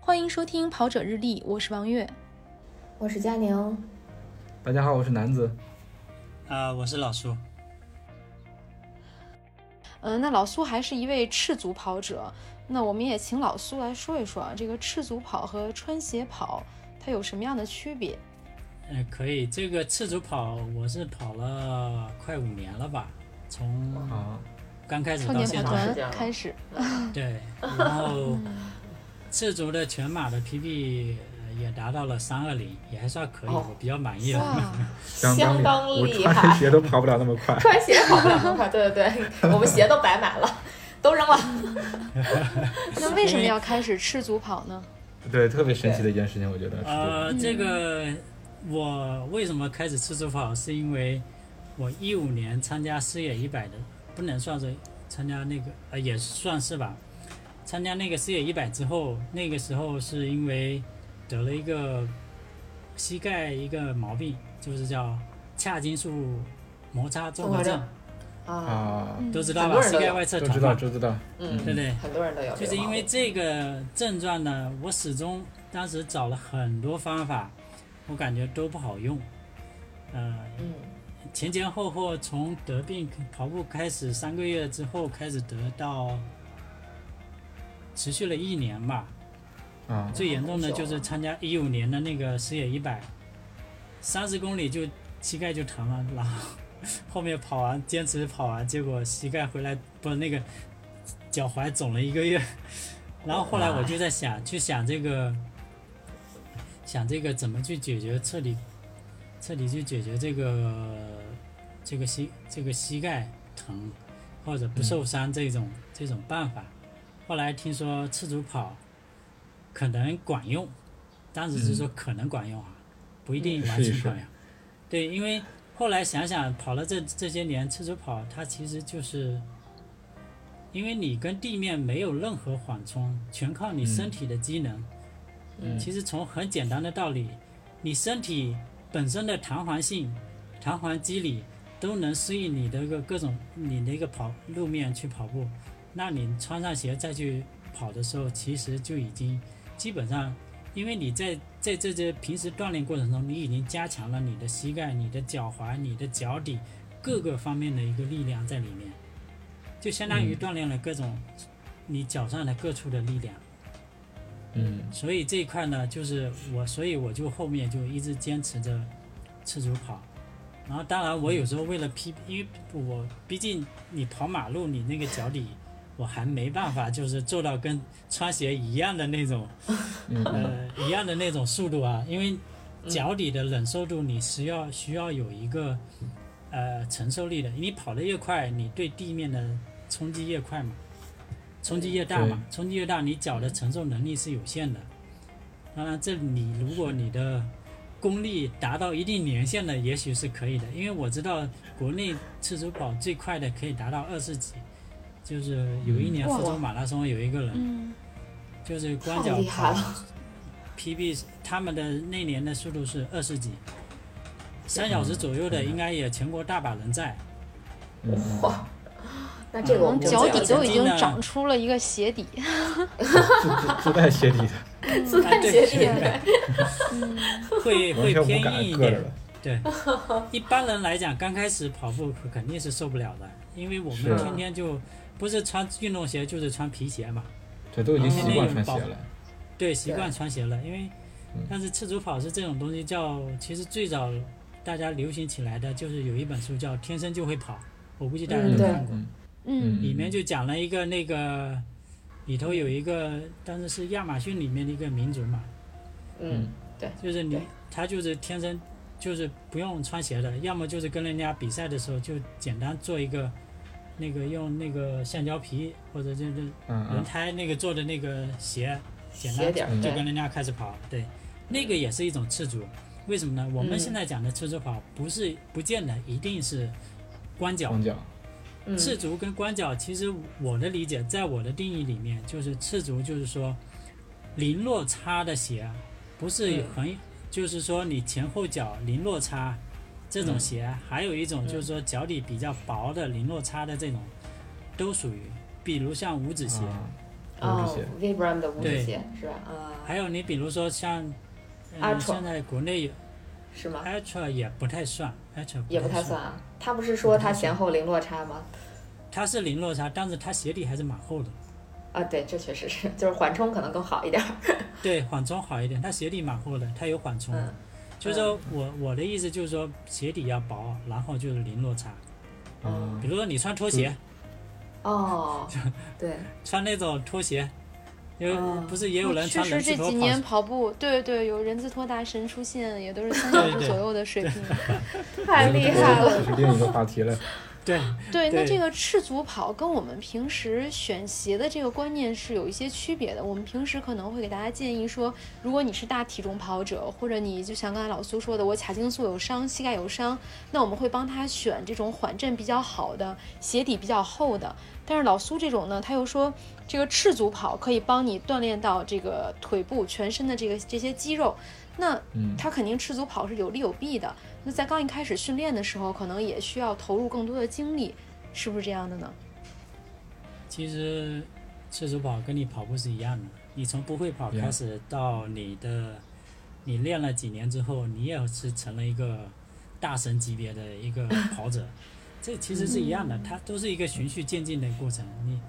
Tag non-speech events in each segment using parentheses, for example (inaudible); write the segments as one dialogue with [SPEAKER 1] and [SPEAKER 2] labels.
[SPEAKER 1] 欢迎收听《跑者日历》，我是王悦，
[SPEAKER 2] 我是佳宁。
[SPEAKER 3] 大家好，我是南子。
[SPEAKER 4] 啊、呃，我是老苏。
[SPEAKER 1] 嗯，那老苏还是一位赤足跑者，那我们也请老苏来说一说啊，这个赤足跑和穿鞋跑它有什么样的区别？
[SPEAKER 4] 嗯、呃，可以。这个赤足跑我是跑了快五年了吧，从
[SPEAKER 3] 啊
[SPEAKER 4] 刚开始到现在
[SPEAKER 1] 开始。
[SPEAKER 4] 对，然后赤足的全马的 PB 也达到了三二零，也还算可以，
[SPEAKER 2] 哦
[SPEAKER 4] 我比较满意了。
[SPEAKER 1] 哇，
[SPEAKER 2] 相当
[SPEAKER 3] 我
[SPEAKER 2] 厉害
[SPEAKER 3] 穿鞋都跑不了那么快。
[SPEAKER 2] 穿鞋跑不了那么快， (laughs) 对对对，我们鞋都白买 (laughs) 了，都扔了。
[SPEAKER 1] 那为什么要开始赤足跑呢？
[SPEAKER 3] (laughs) 对，特别神奇的一件事情，我觉得是。
[SPEAKER 4] 呃，这个我为什么开始赤足跑，是因为我一五年参加视野一百的，不能算是参加那个，呃，也算是吧。参加那个视野一百之后，那个时候是因为得了一个膝盖一个毛病，就是叫髂胫束摩擦综合症，
[SPEAKER 2] 啊，
[SPEAKER 3] 啊，
[SPEAKER 1] 嗯
[SPEAKER 4] 都哦知道
[SPEAKER 2] 很
[SPEAKER 4] 吧？
[SPEAKER 2] 多人
[SPEAKER 4] 膝
[SPEAKER 2] 都
[SPEAKER 4] 盖
[SPEAKER 2] 有
[SPEAKER 4] 外侧
[SPEAKER 3] 都
[SPEAKER 4] 团
[SPEAKER 3] 知道，
[SPEAKER 4] 嘛，
[SPEAKER 3] 都知道。
[SPEAKER 2] 嗯，
[SPEAKER 4] 对不对？
[SPEAKER 2] 很多人都有
[SPEAKER 4] 就是
[SPEAKER 2] 这个毛病，
[SPEAKER 4] 因为这个症状呢，我始终当时找了很多方法，我感觉都不好用。呃，
[SPEAKER 2] 嗯
[SPEAKER 4] 前前后后从得病跑步开始三个月之后开始得到，持续了一年吧。
[SPEAKER 3] 啊，
[SPEAKER 4] 最严重的
[SPEAKER 2] 好久
[SPEAKER 4] 就
[SPEAKER 2] 了
[SPEAKER 4] 是参加一五年的那个视野一百，三十公里就膝盖就疼了，然后后面跑完坚持跑完，结果膝盖回来不那个脚踝肿了一个月， (laughs) 然后后来我就在想，去想这个，想这个怎么去解决，彻底彻底去解决这个这个膝这个膝盖疼或者不受伤这种、这种办法。后来听说赤足跑可能管用，当时是说可能管用啊，不一定完
[SPEAKER 3] 试一
[SPEAKER 4] 全
[SPEAKER 3] 试
[SPEAKER 4] 管用。对，因为后来想想，跑了这这些年赤足跑，它其实就是因为你跟地面没有任何缓冲，全靠你身体的机能。
[SPEAKER 2] 嗯
[SPEAKER 4] 其实从很简单的道理，你身体本身的弹簧性、弹簧机理都能适应你的一个各种你的一个跑路面去跑步。那你穿上鞋再去跑的时候，其实就已经基本上，因为你在在这些平时锻炼过程中，你已经加强了你的膝盖、你的脚踝、你的脚底各个方面的一个力量在里面，就相当于锻炼了各种你脚上的各处的力量。
[SPEAKER 3] (laughs) 嗯，
[SPEAKER 4] 所以这一块呢，就是我，所以我就后面就一直坚持着赤足跑。然后当然，我有时候为了 P，因为我毕竟你跑马路，你那个脚底，我还没办法就是做到跟穿鞋一样的那种，呃，一样的那种速度啊，因为脚底的忍受度你是要需要有一个呃承受力的，你跑得越快，你对地面的冲击越快嘛，冲击越大嘛，冲击越大，你脚的承受能力是有限的。当然，这你如果你的功力达到一定年限的，也许是可以的，因为我知道国内赤足跑最快的可以达到二十几，就是有一年
[SPEAKER 2] 嗯哇
[SPEAKER 4] 福州马拉松有一个人，
[SPEAKER 1] 嗯，
[SPEAKER 4] 就是光
[SPEAKER 2] 太
[SPEAKER 4] 脚
[SPEAKER 2] 厉
[SPEAKER 4] 跑
[SPEAKER 2] 害了，
[SPEAKER 4] PB，他们的那年的速度是二十几，三小时左右
[SPEAKER 3] 嗯
[SPEAKER 4] 的，应该也全国大把人
[SPEAKER 2] (laughs)
[SPEAKER 4] 在。
[SPEAKER 2] 哇！那这个我
[SPEAKER 1] 我
[SPEAKER 2] 们
[SPEAKER 1] 们
[SPEAKER 2] 就
[SPEAKER 1] 脚
[SPEAKER 2] 这
[SPEAKER 1] 底
[SPEAKER 2] 个
[SPEAKER 1] 都已经长出了一个鞋底，嗯
[SPEAKER 3] 自自自带鞋底的，
[SPEAKER 2] 自带鞋底，
[SPEAKER 4] 哎
[SPEAKER 2] 嗯
[SPEAKER 4] 会
[SPEAKER 3] 完
[SPEAKER 4] 会
[SPEAKER 3] 全
[SPEAKER 4] 偏
[SPEAKER 3] 无感
[SPEAKER 4] 硬一
[SPEAKER 3] 硌着
[SPEAKER 4] 点
[SPEAKER 3] 了。。
[SPEAKER 4] 对，一般人来讲，刚开始跑步可肯定是受不了的，因为我
[SPEAKER 3] 是
[SPEAKER 4] 们天天就不是穿运动鞋就是穿皮鞋嘛，
[SPEAKER 3] 对，都已经
[SPEAKER 4] 嗯
[SPEAKER 3] 习惯穿鞋了。
[SPEAKER 4] 对，习惯
[SPEAKER 2] 对
[SPEAKER 4] 穿鞋了。因为
[SPEAKER 3] 嗯，
[SPEAKER 4] 但是赤足跑是这种东西叫，其实最早大家流行起来的就是有一本书叫《天生就会跑》，我估计大家
[SPEAKER 2] 嗯
[SPEAKER 4] 都
[SPEAKER 2] 对
[SPEAKER 4] 看过。
[SPEAKER 3] 嗯
[SPEAKER 1] 嗯，
[SPEAKER 4] 里面就讲了一个那个，里头有一个，当时是亚马逊里面的一个民族嘛，
[SPEAKER 2] 嗯，
[SPEAKER 4] 就是你
[SPEAKER 2] 对
[SPEAKER 4] 他就是天生就是不用穿鞋的，要么就是跟人家比赛的时候就简单做一个那个用那个橡胶皮或者就是
[SPEAKER 3] 嗯
[SPEAKER 4] 轮
[SPEAKER 3] 嗯
[SPEAKER 4] 胎那个做的那个鞋，简
[SPEAKER 2] 鞋
[SPEAKER 4] 单
[SPEAKER 2] 底儿
[SPEAKER 3] 嗯
[SPEAKER 4] 就跟
[SPEAKER 2] 对，
[SPEAKER 4] 人家开始跑，对，那个也是一种赤足。为什么呢？我们
[SPEAKER 2] 嗯
[SPEAKER 4] 现在讲的赤足跑不是不见得一定是光脚
[SPEAKER 3] 光脚。
[SPEAKER 2] 嗯
[SPEAKER 4] 赤足跟光脚，其实我的理解，在我的定义里面，就是赤足就是说零落差的鞋，不是
[SPEAKER 2] 嗯
[SPEAKER 4] 很，就是说你前后脚零落差这
[SPEAKER 2] 嗯
[SPEAKER 4] 种鞋，还有一种就是说脚底比较薄的零落差的这种，都属于，比如像五指鞋，
[SPEAKER 3] 啊五
[SPEAKER 2] 哦
[SPEAKER 3] 指鞋，
[SPEAKER 2] ，Vibram 的五指
[SPEAKER 4] 对
[SPEAKER 2] 鞋是吧？啊，
[SPEAKER 4] 还有你比如说像，嗯，
[SPEAKER 2] Ultra
[SPEAKER 4] 现在国内有
[SPEAKER 2] 是吗？
[SPEAKER 4] Ultra 也不太算，Ultra
[SPEAKER 2] 也不太算，啊。他不是说他前后零落差吗？
[SPEAKER 4] 它是零落差，但是它鞋底还是蛮厚的，
[SPEAKER 2] 啊，对，这确实是， (laughs) 就是缓冲可能更好一点儿。
[SPEAKER 4] 对，缓冲好一点，它鞋底蛮厚的，它有缓冲的。
[SPEAKER 2] 嗯
[SPEAKER 4] 就是说我我的意思就是说鞋底要薄，然后就是零落差。
[SPEAKER 3] 啊
[SPEAKER 4] 比如说你穿拖鞋， (laughs)
[SPEAKER 2] 哦，对，
[SPEAKER 4] 穿那种拖鞋，因
[SPEAKER 2] 哦
[SPEAKER 4] 为不是也有人
[SPEAKER 1] 确
[SPEAKER 4] 穿
[SPEAKER 1] 实
[SPEAKER 4] 人字
[SPEAKER 1] 这
[SPEAKER 4] 拖
[SPEAKER 1] 几
[SPEAKER 4] 跑
[SPEAKER 1] 年
[SPEAKER 4] 鞋，
[SPEAKER 1] 跑步，对对，有人字拖大神出现，也都是三小
[SPEAKER 4] 对
[SPEAKER 1] 时
[SPEAKER 4] 对
[SPEAKER 1] 左右的水平。
[SPEAKER 2] 太厉害
[SPEAKER 3] 这
[SPEAKER 2] 了。
[SPEAKER 3] 是另一个话题
[SPEAKER 4] (laughs)
[SPEAKER 3] 了。
[SPEAKER 4] 对
[SPEAKER 1] 对，那
[SPEAKER 4] 对
[SPEAKER 1] 这个赤足跑跟我们平时选鞋的这个观念是有一些区别的。我们平时可能会给大家建议说，如果你是大体重跑者，或者你就像刚才老苏说的，我髂胫束有伤，膝盖有伤，那我们会帮他选这种缓震比较好的，鞋底比较厚的。但是老苏这种呢，他又说这个赤足跑可以帮你锻炼到这个腿部全身的这个这些肌肉。那
[SPEAKER 3] 嗯
[SPEAKER 1] 它肯定赤足跑是有利有弊的。那在刚一开始训练的时候，可能也需要投入更多的精力，是不是这样的呢？
[SPEAKER 4] 其实赤足跑跟你跑步是一样的，你从不会跑
[SPEAKER 3] 一样
[SPEAKER 4] 开始到你的，你练了几年之后，你也是成了一个大神级别的一个跑者，这其实是一样的，它都是一个循序渐进的过程。你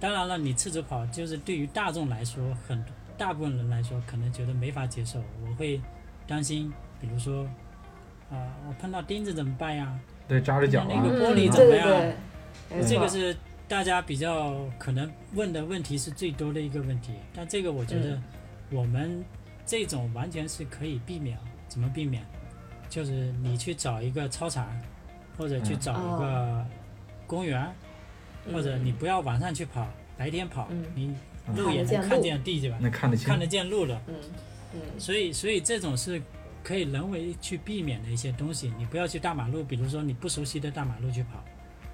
[SPEAKER 4] 当然了，你赤足跑就是对于大众来说，很大部分人来说可能觉得没法接受，我会担心，比如说。啊、我碰到钉子怎么办呀？
[SPEAKER 3] 对，扎着脚
[SPEAKER 4] 那个
[SPEAKER 3] 啊，
[SPEAKER 4] 玻
[SPEAKER 2] 嗯，
[SPEAKER 4] 璃
[SPEAKER 2] 对
[SPEAKER 4] 怎么
[SPEAKER 2] 对
[SPEAKER 4] 样
[SPEAKER 2] 对，没
[SPEAKER 4] 这个
[SPEAKER 2] 错，
[SPEAKER 4] 是大家比较可能问的问题是最多的一个问题，但这个我觉得我们这种完全是可以避免。怎么避免？就是你去找一个操场，或者去
[SPEAKER 3] 嗯
[SPEAKER 4] 找一个公园，或者你不要晚上去跑，白天跑，
[SPEAKER 2] 嗯
[SPEAKER 4] 你
[SPEAKER 3] 嗯
[SPEAKER 4] 肉眼能看见地，对吧？
[SPEAKER 3] 那看得清
[SPEAKER 4] 看。得见路了。
[SPEAKER 2] 嗯嗯
[SPEAKER 4] 所以，所以这种是可以人为去避免的一些东西。你不要去大马路，比如说你不熟悉的大马路去跑，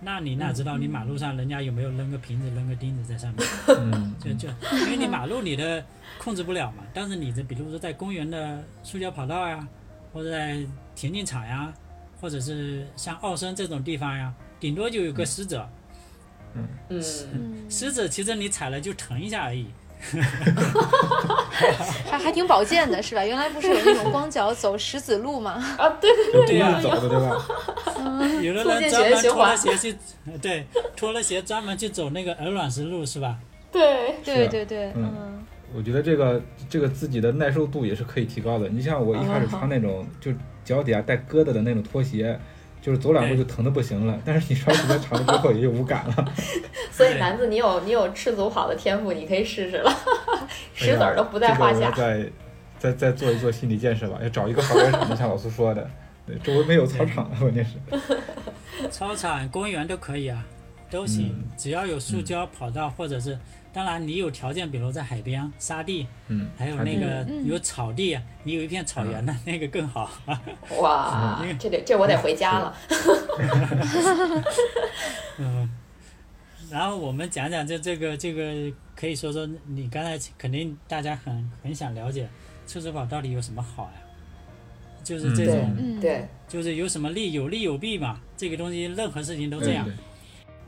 [SPEAKER 4] 那你哪知道你马路上人家有没有扔个瓶子、扔个钉子在上 (laughs) 面？
[SPEAKER 3] 嗯，
[SPEAKER 4] 就就因为你马路你的控制不了嘛。但是你这比如说在公园的塑胶跑道呀，或者在田径场呀，或者是像奥森这种地方呀，顶多就有个死者。
[SPEAKER 2] 嗯，
[SPEAKER 1] 嗯，
[SPEAKER 4] 死者其实你踩了就疼一下而已。
[SPEAKER 1] 还还挺保健的，是吧？原来不是有那种光脚走石子路吗？ (laughs)
[SPEAKER 2] 啊，对，
[SPEAKER 3] 就这样走的，对吧？
[SPEAKER 4] 有的
[SPEAKER 2] 促进
[SPEAKER 4] 人
[SPEAKER 2] 血
[SPEAKER 4] 专
[SPEAKER 2] 液
[SPEAKER 4] 门
[SPEAKER 2] 循
[SPEAKER 4] 脱 (laughs)
[SPEAKER 2] 环
[SPEAKER 4] 了鞋去，对，脱了鞋专门去走那个鹅卵石路是吧？
[SPEAKER 2] 对，
[SPEAKER 1] 对
[SPEAKER 3] 是
[SPEAKER 1] 对对，嗯，
[SPEAKER 3] 我觉得这个这个自己的耐受度也是可以提高的。你像我一
[SPEAKER 2] 啊
[SPEAKER 3] 开始穿那种就脚底下带疙瘩的那种拖鞋，就是走两步就疼的不行了。但是你穿时间长了之后也就无感
[SPEAKER 2] (laughs)
[SPEAKER 3] 了。
[SPEAKER 2] 所以
[SPEAKER 4] 对
[SPEAKER 2] 南子，你有你有赤足跑的天赋，你可以试试了，石子儿都不在话
[SPEAKER 3] 哎这个我要。
[SPEAKER 2] 下
[SPEAKER 3] 再再再做一做心理建设吧，要找一个跑步场，像老苏说的，对，周围没有操场，关键是。嗯
[SPEAKER 4] 操场、公园都可以啊，都行，
[SPEAKER 3] 嗯
[SPEAKER 4] 只要有塑胶跑道或者是，当然你有条件，比如在海边、沙地，
[SPEAKER 3] 嗯，
[SPEAKER 4] 还有那个
[SPEAKER 1] 嗯嗯
[SPEAKER 4] 有草地，啊你有一片草原的、
[SPEAKER 2] 嗯
[SPEAKER 4] 那个更好。 (laughs)
[SPEAKER 2] 哇，这得这我得回家了。
[SPEAKER 4] 嗯，然后我们讲讲这这个这个，可以说说你刚才肯定大家很很想了解赤足跑到底有什么好呀？就是这
[SPEAKER 2] 嗯对
[SPEAKER 4] 种。
[SPEAKER 1] 嗯
[SPEAKER 2] 对，
[SPEAKER 4] 就是有什么利有利有弊嘛，这个东西任何事情都这
[SPEAKER 2] 嗯
[SPEAKER 4] 样。
[SPEAKER 3] 对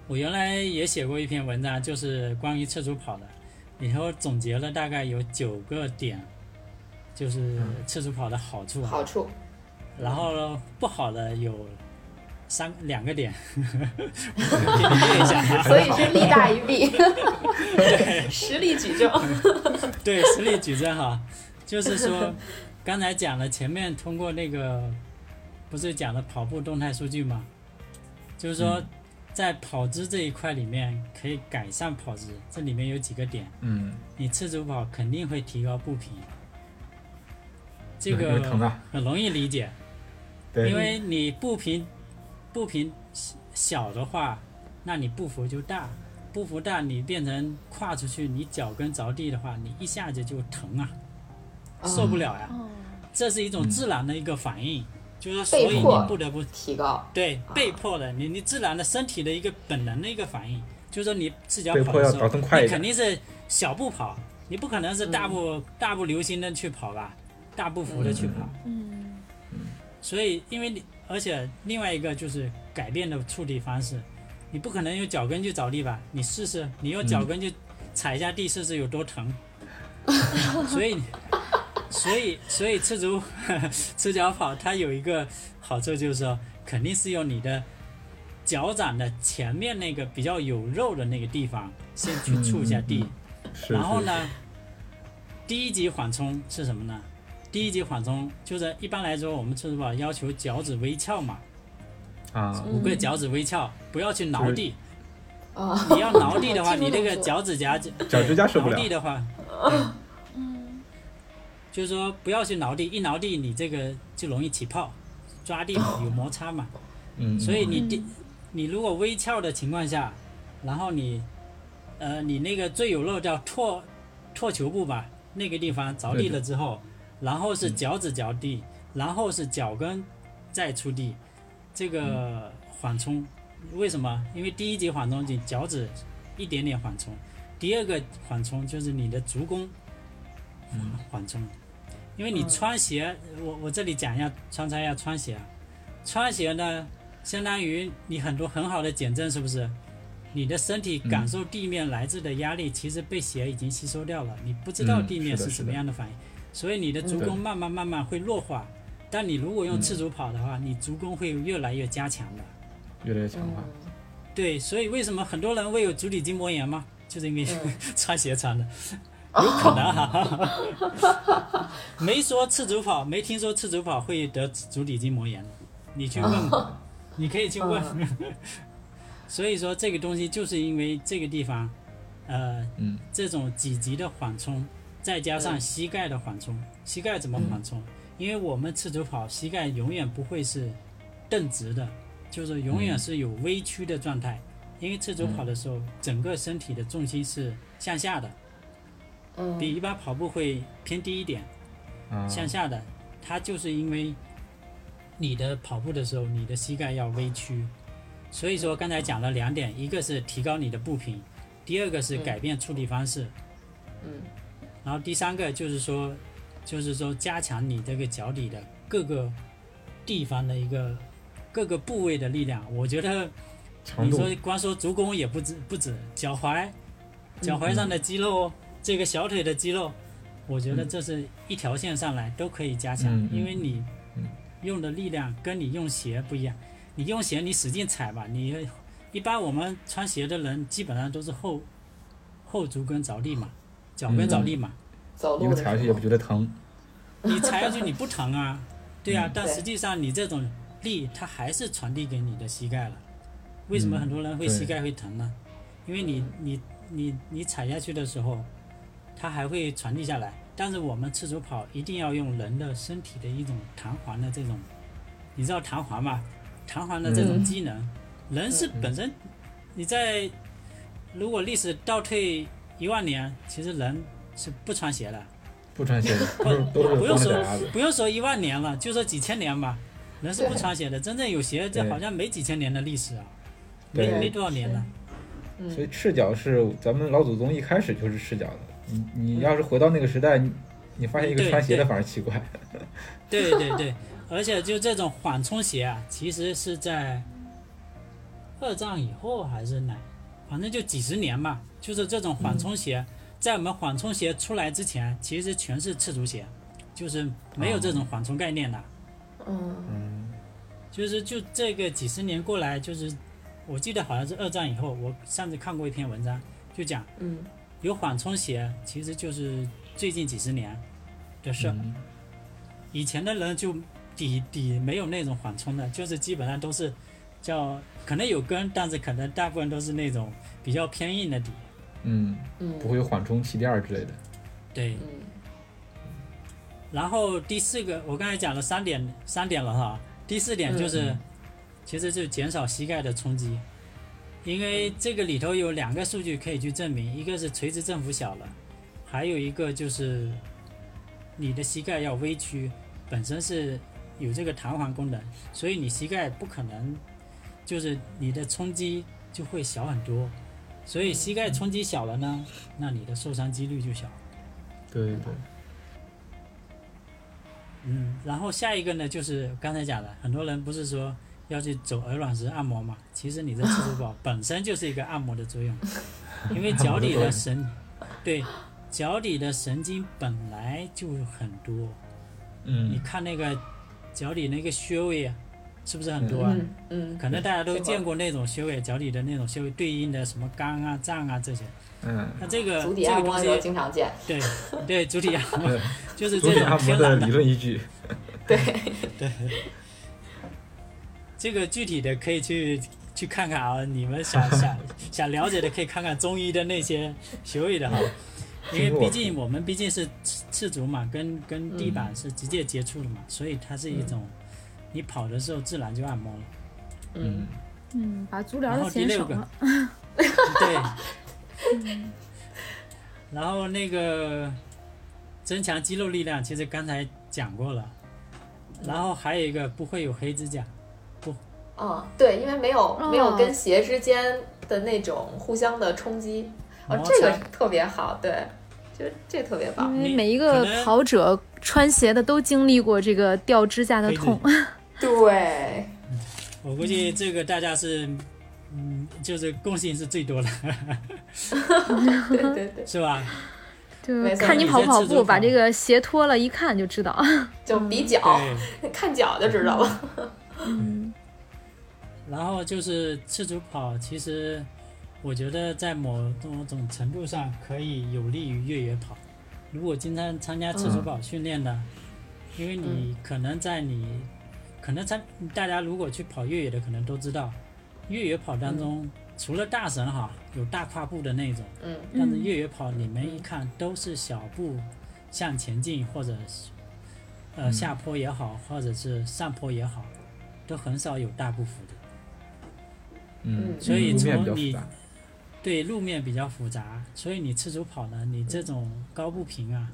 [SPEAKER 4] 我原来也写过一篇文章，就是关于赤足跑的，里头总结了大概有九个点，就是赤足跑的好处啊，
[SPEAKER 2] 好处
[SPEAKER 4] 然后不好的有三两个点，我给你念一下啊。
[SPEAKER 2] 所以是利大于弊，实力举证。
[SPEAKER 4] 对，实力矩阵哈，就是说刚才讲了，前面通过那个不是讲了跑步动态数据吗？就是说
[SPEAKER 3] 嗯
[SPEAKER 4] 在跑姿这一块里面可以改善跑姿，这里面有几个点，
[SPEAKER 3] 嗯，
[SPEAKER 4] 你赤足跑肯定会提高步频，这
[SPEAKER 3] 对因为疼
[SPEAKER 4] 个
[SPEAKER 3] 啊，
[SPEAKER 4] 很容易理解，
[SPEAKER 3] 对，
[SPEAKER 4] 因为你步频步频小的话，那你步幅就大，步幅大你变成跨出去，你脚跟着地的话，你一下子就疼啊，受
[SPEAKER 2] 嗯
[SPEAKER 4] 不了呀、
[SPEAKER 1] 哦，
[SPEAKER 4] 这是一种自然的一个反应，就是说所
[SPEAKER 2] 被
[SPEAKER 4] 以
[SPEAKER 2] 迫
[SPEAKER 4] 你不得不
[SPEAKER 2] 提高，
[SPEAKER 4] 对
[SPEAKER 3] 啊
[SPEAKER 4] 被迫的，你你自然的身体的一个本能的一个反应，就是说你赤脚
[SPEAKER 3] 被
[SPEAKER 4] 跑
[SPEAKER 3] 迫
[SPEAKER 4] 的
[SPEAKER 3] 要
[SPEAKER 4] 时
[SPEAKER 3] 倒
[SPEAKER 4] 候，
[SPEAKER 3] 腾快一点
[SPEAKER 4] 你
[SPEAKER 3] 嗯
[SPEAKER 4] 肯定是小步跑，你不可能是大步、大步流星的去跑吧，大步幅的去跑。
[SPEAKER 1] 嗯
[SPEAKER 4] 所以，因为你，而且另外一个就是改
[SPEAKER 3] 嗯
[SPEAKER 4] 变的处理方式，你不可能用脚跟去着地吧？你试试，你用脚跟去踩一下地试试有
[SPEAKER 3] (laughs)
[SPEAKER 4] 多疼。所以，所以，所以赤足 (laughs) 赤脚跑它有一个好处就是说，肯定是用你的脚掌的前面那个比较有肉的那个地方先去触一下地，
[SPEAKER 3] 嗯是。
[SPEAKER 4] 然后
[SPEAKER 3] 是
[SPEAKER 4] 呢，第一级缓冲是什么呢？第一级缓冲就是一般来说我们赤足跑要求脚趾微翘嘛，
[SPEAKER 3] 啊，
[SPEAKER 4] 五个脚趾微翘，不要去挠
[SPEAKER 3] 就是
[SPEAKER 4] 地。
[SPEAKER 2] 啊，
[SPEAKER 4] 你要挠地的 (laughs) 话，
[SPEAKER 1] 记录
[SPEAKER 4] 你这个
[SPEAKER 1] 动作
[SPEAKER 4] 脚趾甲趾
[SPEAKER 3] 脚趾甲受不
[SPEAKER 4] 挠
[SPEAKER 3] 了
[SPEAKER 4] 地的话，
[SPEAKER 1] 嗯，
[SPEAKER 4] 就是说不要去挠地，一挠地你这个就容易起泡，抓地嘛有摩擦嘛，
[SPEAKER 3] 嗯，
[SPEAKER 4] 所以
[SPEAKER 1] 哦
[SPEAKER 4] 你
[SPEAKER 1] 嗯
[SPEAKER 4] 地你如果微翘的情况下，然后你呃你那个最有肉叫拓拓球部吧，那个地方着地了之后，然后是脚趾着地，然后是脚跟再触地，这
[SPEAKER 1] 嗯
[SPEAKER 4] 个缓冲为什么？因为第一级缓冲你脚趾一点点缓冲，第二个缓冲就是你的足弓缓冲，因为你穿鞋，我我这里讲一下，穿插一下穿鞋啊，穿鞋呢，相当于你很多很好的减震，是不是？你的身体感受地面来自的压力，其实被鞋已经吸收掉了，你不知道
[SPEAKER 3] 嗯
[SPEAKER 4] 地面
[SPEAKER 3] 是的
[SPEAKER 4] 什么样的反应，所以你的足弓慢慢慢慢会弱化。但你如果用赤足跑的话，你足弓会越来越加强的。
[SPEAKER 3] 越来越强化，
[SPEAKER 4] 对，所以为什么很多人会有足底筋膜炎吗？就是因为、
[SPEAKER 2] 嗯
[SPEAKER 4] (laughs) 穿鞋穿的，有可能啊哈、没说赤足跑，没听说赤足跑会得足底筋膜炎的，你去问，你可以去问。 (laughs) 所以说这个东西就是因为这个地方，呃，
[SPEAKER 3] 嗯
[SPEAKER 4] 这种几级的缓冲，再加上膝盖的缓冲，膝盖怎么缓冲？因为我们赤足跑膝盖永远不会是蹬直的，就是永远是有微曲的状态。因为赤足跑的时候，整个身体的重心是向下的，
[SPEAKER 2] 嗯
[SPEAKER 4] 比一般跑步会偏低一点，
[SPEAKER 3] 啊，
[SPEAKER 4] 向下的。它就是因为你的跑步的时候，你的膝盖要微曲，所以说刚才讲了两点，一个是提高你的步频，第二个是改变触地方式，
[SPEAKER 2] 嗯，
[SPEAKER 4] 然后第三个就是说，就是说加强你这个脚底的各个地方的一个各个部位的力量。我觉得
[SPEAKER 3] 强
[SPEAKER 4] 你
[SPEAKER 3] 度
[SPEAKER 4] 说光说足弓也不止不止，脚踝、脚踝上的肌肉，哦
[SPEAKER 3] 嗯
[SPEAKER 4] 这个小腿的肌肉，我觉得这是一条线上来都可以加强，
[SPEAKER 3] 嗯嗯
[SPEAKER 4] 因为你
[SPEAKER 3] 嗯
[SPEAKER 4] 用的力量跟你用鞋不一样，你用鞋你使劲踩吧，你一般我们穿鞋的人基本上都是后后足跟着地嘛，脚跟着地嘛，
[SPEAKER 2] 走
[SPEAKER 3] 一
[SPEAKER 2] 路
[SPEAKER 3] 个
[SPEAKER 2] 的时
[SPEAKER 3] 踩下去
[SPEAKER 2] 候
[SPEAKER 3] 也不觉得疼，
[SPEAKER 4] 你踩下去你不疼啊，对啊
[SPEAKER 3] 嗯，
[SPEAKER 4] 但
[SPEAKER 2] 对
[SPEAKER 4] 实际上你这种力它还是传递给你的膝盖了。为什么
[SPEAKER 3] 嗯
[SPEAKER 4] 很多人会
[SPEAKER 3] 对
[SPEAKER 4] 膝盖会疼呢？因为你你你你踩下去的时候，它还会传递下来。但是我们赤足跑一定要用人的身体的一种弹簧的这种，你知道弹簧吗？弹簧的这种
[SPEAKER 2] 嗯
[SPEAKER 4] 机能，人是本身你在如果历史倒退一万年，其实人是不穿鞋的。
[SPEAKER 3] 不穿
[SPEAKER 4] (laughs)
[SPEAKER 3] 鞋的，都是都是
[SPEAKER 4] 啊不用
[SPEAKER 3] 光着
[SPEAKER 4] 说
[SPEAKER 3] 脚丫子，
[SPEAKER 4] 不用说一万年了，就说几千年吧。人是不穿鞋的，真正有鞋，这
[SPEAKER 3] 对
[SPEAKER 4] 好像没几千年的历史啊，没
[SPEAKER 3] 对
[SPEAKER 4] 没多少年了。
[SPEAKER 3] 所以赤脚是咱们老祖宗一开始就是赤脚的。你你要是回到那个时代，你你发现一个
[SPEAKER 4] 对
[SPEAKER 3] 穿鞋的
[SPEAKER 4] 对
[SPEAKER 3] 反而奇怪。
[SPEAKER 4] 对对对，而且就这种缓冲鞋啊，其实是在二战以后还是哪，反正就几十年嘛，就是这种缓冲鞋，在我们缓冲鞋出来之前，其实全是赤足鞋，就是没有这
[SPEAKER 3] 哦
[SPEAKER 4] 种缓冲概念的。
[SPEAKER 2] 嗯
[SPEAKER 3] 嗯，
[SPEAKER 4] 就是就这个几十年过来，就是我记得好像是二战以后，我上次看过一篇文章，就讲
[SPEAKER 2] 嗯
[SPEAKER 4] 有缓冲鞋，其实就是最近几十年的事儿。
[SPEAKER 3] 嗯
[SPEAKER 4] 以前的人就底底没有那种缓冲的，就是基本上都是叫可能有跟，但是可能大部分都是那种比较偏硬的底。
[SPEAKER 3] 嗯，
[SPEAKER 2] 嗯
[SPEAKER 3] 不会有缓冲气垫儿之类的。
[SPEAKER 4] 对，
[SPEAKER 2] 嗯
[SPEAKER 4] 然后第四个，我刚才讲了三点，三点了哈。第四点就是，其实就减少膝盖的冲击，因为这个里头有两个数据可以去证明，一个是垂直振幅小了，还有一个就是你的膝盖要微曲，本身是有这个弹簧功能，所以你膝盖不可能就是你的冲击就会小很多，所以膝盖冲击小了呢，那你的受伤几率就小。
[SPEAKER 3] 对对对，
[SPEAKER 4] 嗯，然后下一个呢，就是刚才讲的，很多人不是说要去走鹅卵石按摩嘛？其实你的支付宝本身就是一个按摩的作用，因为脚底的神，对，脚底的神经本来就很多，你
[SPEAKER 3] 嗯，
[SPEAKER 4] 看那个脚底那个穴位啊，是不是很多啊？
[SPEAKER 2] 嗯嗯，
[SPEAKER 4] 可能大家都
[SPEAKER 2] 是的
[SPEAKER 4] 见过那种穴位，脚底的那种穴位对应的什么肝啊、脏啊这些。
[SPEAKER 3] 嗯，
[SPEAKER 4] 那这个
[SPEAKER 2] 足底
[SPEAKER 4] 这
[SPEAKER 2] 按
[SPEAKER 4] 个
[SPEAKER 2] 摩
[SPEAKER 4] 东
[SPEAKER 2] 的时候
[SPEAKER 4] 西，
[SPEAKER 2] 经常见，
[SPEAKER 4] 对对，足底按摩
[SPEAKER 3] 对
[SPEAKER 4] 就是
[SPEAKER 3] 足
[SPEAKER 4] 这
[SPEAKER 3] 底
[SPEAKER 4] 种
[SPEAKER 3] 按摩
[SPEAKER 4] 偏
[SPEAKER 3] 的
[SPEAKER 4] 懒的
[SPEAKER 3] 理论依据，嗯
[SPEAKER 2] 对，
[SPEAKER 4] 对，这个具体的可以去去看看啊，你
[SPEAKER 3] (laughs)
[SPEAKER 4] 们想想想了解的可以看看中医的那些穴位
[SPEAKER 3] (laughs)
[SPEAKER 4] 的哈，因为
[SPEAKER 3] 听过
[SPEAKER 4] 毕竟我们毕竟是赤赤足嘛，跟
[SPEAKER 2] 嗯
[SPEAKER 4] 跟地板是直接接触的嘛，所以它是
[SPEAKER 3] 嗯
[SPEAKER 4] 一种你跑的时候自然就按摩了。
[SPEAKER 2] 嗯，
[SPEAKER 5] 嗯，把足疗
[SPEAKER 4] 然
[SPEAKER 5] 的
[SPEAKER 4] 后第
[SPEAKER 5] 钱
[SPEAKER 4] 六
[SPEAKER 5] 省
[SPEAKER 4] 个
[SPEAKER 5] 了。，
[SPEAKER 4] 对，
[SPEAKER 5] (laughs)
[SPEAKER 4] 然后那个增强肌肉力量，其实刚才讲过了，然后还有一个不会有黑指甲。
[SPEAKER 2] 嗯，对，因为没有
[SPEAKER 5] 哦
[SPEAKER 2] 没有跟鞋之间的那种互相的冲击，哦
[SPEAKER 4] 摩，擦
[SPEAKER 2] 这个特别好，对，就这特别棒，
[SPEAKER 5] 因
[SPEAKER 4] 你
[SPEAKER 5] 为每一
[SPEAKER 4] 可
[SPEAKER 5] 个
[SPEAKER 4] 能
[SPEAKER 5] 跑者穿鞋的都经历过这个掉指甲的
[SPEAKER 4] 黑指
[SPEAKER 5] 痛，
[SPEAKER 2] 对，
[SPEAKER 4] (laughs) 我估计这个大家是，嗯，就是共性是最多的，
[SPEAKER 2] 对对对，
[SPEAKER 4] 是吧？
[SPEAKER 5] 就
[SPEAKER 2] 没错
[SPEAKER 5] 看你跑不跑
[SPEAKER 4] 有些自助
[SPEAKER 5] 步，把
[SPEAKER 4] 跑
[SPEAKER 5] 这个鞋脱了，一看就知道。
[SPEAKER 2] 就比脚，
[SPEAKER 4] 对。
[SPEAKER 2] 看脚就知道了，
[SPEAKER 5] 嗯，
[SPEAKER 4] 然后就是赤足跑，其实我觉得在某某种程度上可以有利于越野跑。如果经常参加赤足跑训练的，
[SPEAKER 5] 嗯
[SPEAKER 4] 因为你可能在你可能参大家如果去跑越野的，可能都知道，越野跑当
[SPEAKER 5] 嗯
[SPEAKER 4] 中、除了大神哈有大跨步的那种，
[SPEAKER 2] 嗯
[SPEAKER 4] 但是越野跑你们一看都是小步向前进，或者是呃下坡也好，或者是上坡也好，都很少有大步幅的。
[SPEAKER 3] 嗯，
[SPEAKER 4] 所以
[SPEAKER 3] 路
[SPEAKER 4] 从
[SPEAKER 3] 面比较复
[SPEAKER 4] 你
[SPEAKER 3] 杂，
[SPEAKER 4] 对路面比较复杂，所以你赤足跑呢，你这种高步频啊，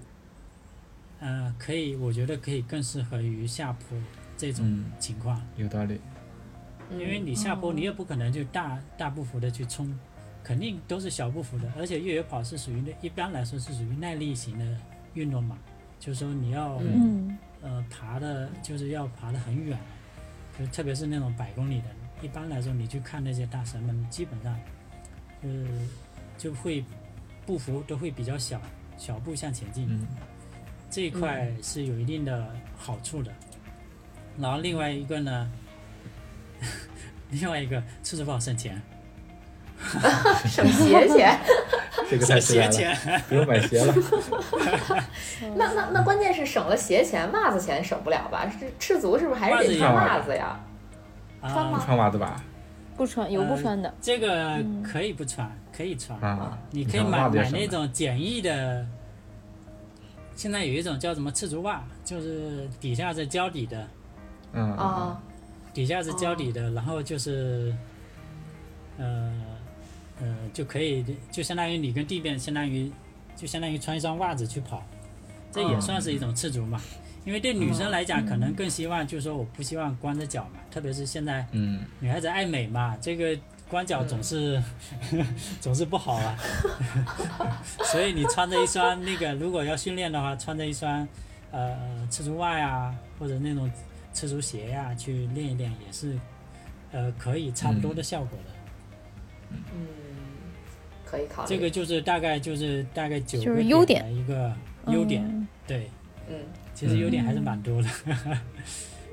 [SPEAKER 4] 呃，可以，我觉得可以更适合于下坡这种
[SPEAKER 3] 嗯
[SPEAKER 4] 情况，
[SPEAKER 3] 有道理，
[SPEAKER 2] 嗯
[SPEAKER 4] 因为你下坡你也不可能就大大步幅的去冲，肯定都是小步幅的，而且越野跑是属于那一般来说是属于耐力型的运动嘛，就是说你要、
[SPEAKER 2] 嗯
[SPEAKER 5] 嗯，
[SPEAKER 4] 呃爬的，就是要爬得很远，就特别是那种百公里的，一般来说你去看那些大神们，基本上就是就会步幅都会比较小，小步向前进， (laughs)
[SPEAKER 3] 嗯
[SPEAKER 4] 这一块是有一定的好处的。然后另外一个呢， (laughs) 另外一个赤足跑省钱，嗯
[SPEAKER 2] 省鞋钱，
[SPEAKER 5] (laughs)
[SPEAKER 3] 这个太
[SPEAKER 4] 省
[SPEAKER 3] 自然
[SPEAKER 4] 鞋
[SPEAKER 3] 了，
[SPEAKER 4] 钱，
[SPEAKER 3] 不用买
[SPEAKER 4] (laughs)
[SPEAKER 3] 鞋了，
[SPEAKER 2] 那那那关键是省了鞋钱，袜子钱省不了吧？是赤足是不是还是得穿袜子呀？穿
[SPEAKER 4] 啊、
[SPEAKER 3] 不
[SPEAKER 2] 吗
[SPEAKER 3] 穿袜子吧？
[SPEAKER 5] 不穿有不
[SPEAKER 4] 呃
[SPEAKER 5] 穿的，
[SPEAKER 4] 这个可以不穿，可以穿。
[SPEAKER 3] 啊，
[SPEAKER 4] 你可以
[SPEAKER 3] 看
[SPEAKER 4] 买
[SPEAKER 3] 袜子也
[SPEAKER 4] 买
[SPEAKER 3] 省
[SPEAKER 4] 那
[SPEAKER 3] 了，
[SPEAKER 4] 种简易的，现在有一种叫什么赤足袜，就是底下是胶底的，
[SPEAKER 3] 嗯，
[SPEAKER 2] 啊，
[SPEAKER 4] 底下是胶底的，然后就是，呃呃，就可以就相当于你跟地面相当于就相当于穿一双袜子去跑，这也
[SPEAKER 2] 哦
[SPEAKER 4] 算是一种赤足嘛。因为对女生来讲，可能更希望就是说我不希望光着脚嘛，特别是现在
[SPEAKER 3] 嗯，
[SPEAKER 4] 女孩子爱美嘛，这个光脚总是、嗯 (laughs) 总是不好啊。 (laughs) 所以你穿着一双那个，如果要训练的话，穿着一双呃赤足袜呀、或者那种赤足鞋呀、去练一练，也是呃可以差不多的效果的。
[SPEAKER 2] 嗯，可以考虑
[SPEAKER 4] 这个，就是大概就是大概九
[SPEAKER 5] 就是
[SPEAKER 4] 个
[SPEAKER 5] 优
[SPEAKER 4] 点的一个优点，
[SPEAKER 5] 嗯
[SPEAKER 4] 对，
[SPEAKER 2] 嗯，
[SPEAKER 4] 其实优点还是蛮多的。 (laughs)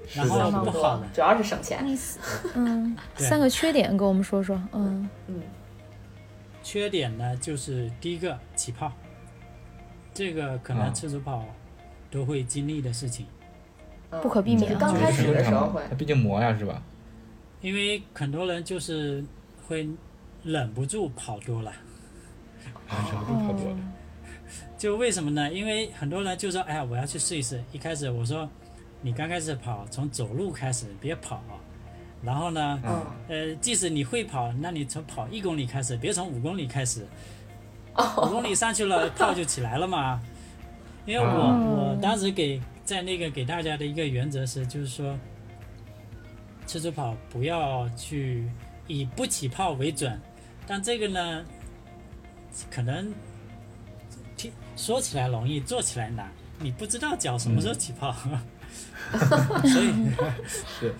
[SPEAKER 3] 是
[SPEAKER 4] 然后
[SPEAKER 2] 相
[SPEAKER 3] 的，
[SPEAKER 2] 当
[SPEAKER 4] 不好
[SPEAKER 2] 多
[SPEAKER 4] 的，，
[SPEAKER 2] 主要是省钱，
[SPEAKER 5] 那四嗯
[SPEAKER 4] (laughs) 对
[SPEAKER 5] 三个缺点跟我们说说，嗯，
[SPEAKER 2] 嗯
[SPEAKER 4] 缺点呢，就是第一个起泡，这个可
[SPEAKER 3] 啊
[SPEAKER 4] 能赤足跑都会经历的事情，
[SPEAKER 2] 嗯，
[SPEAKER 5] 不可避免啊
[SPEAKER 2] 就是刚
[SPEAKER 3] 这
[SPEAKER 2] 开
[SPEAKER 3] 个
[SPEAKER 2] 始
[SPEAKER 3] 正
[SPEAKER 2] 的时候
[SPEAKER 3] 常
[SPEAKER 2] 会
[SPEAKER 3] 的，，它毕竟磨呀，是吧？
[SPEAKER 4] 因为很多人就是会忍不住跑多了，
[SPEAKER 2] 哦
[SPEAKER 3] 啊，忍不
[SPEAKER 5] 嗯
[SPEAKER 3] 住跑多了，
[SPEAKER 4] 就为什么呢？因为很多人就说，哎呀，我要去试一试。一开始我说，你刚开始跑，从走路开始，别跑。然后呢，
[SPEAKER 2] 嗯，
[SPEAKER 3] 啊
[SPEAKER 4] 呃，即使你会跑，那你从跑一公里开始，别从五公里开始。五公里上去了，泡就起来了嘛。因为我、
[SPEAKER 5] 哦
[SPEAKER 4] 我当时给在那个给大家的一个原则是，就是说，赤足跑不要去以不起泡为准，但这个呢，可能听说起来容易，做起来难。你不知道脚什么时候起泡， (laughs) 所以
[SPEAKER 3] 是，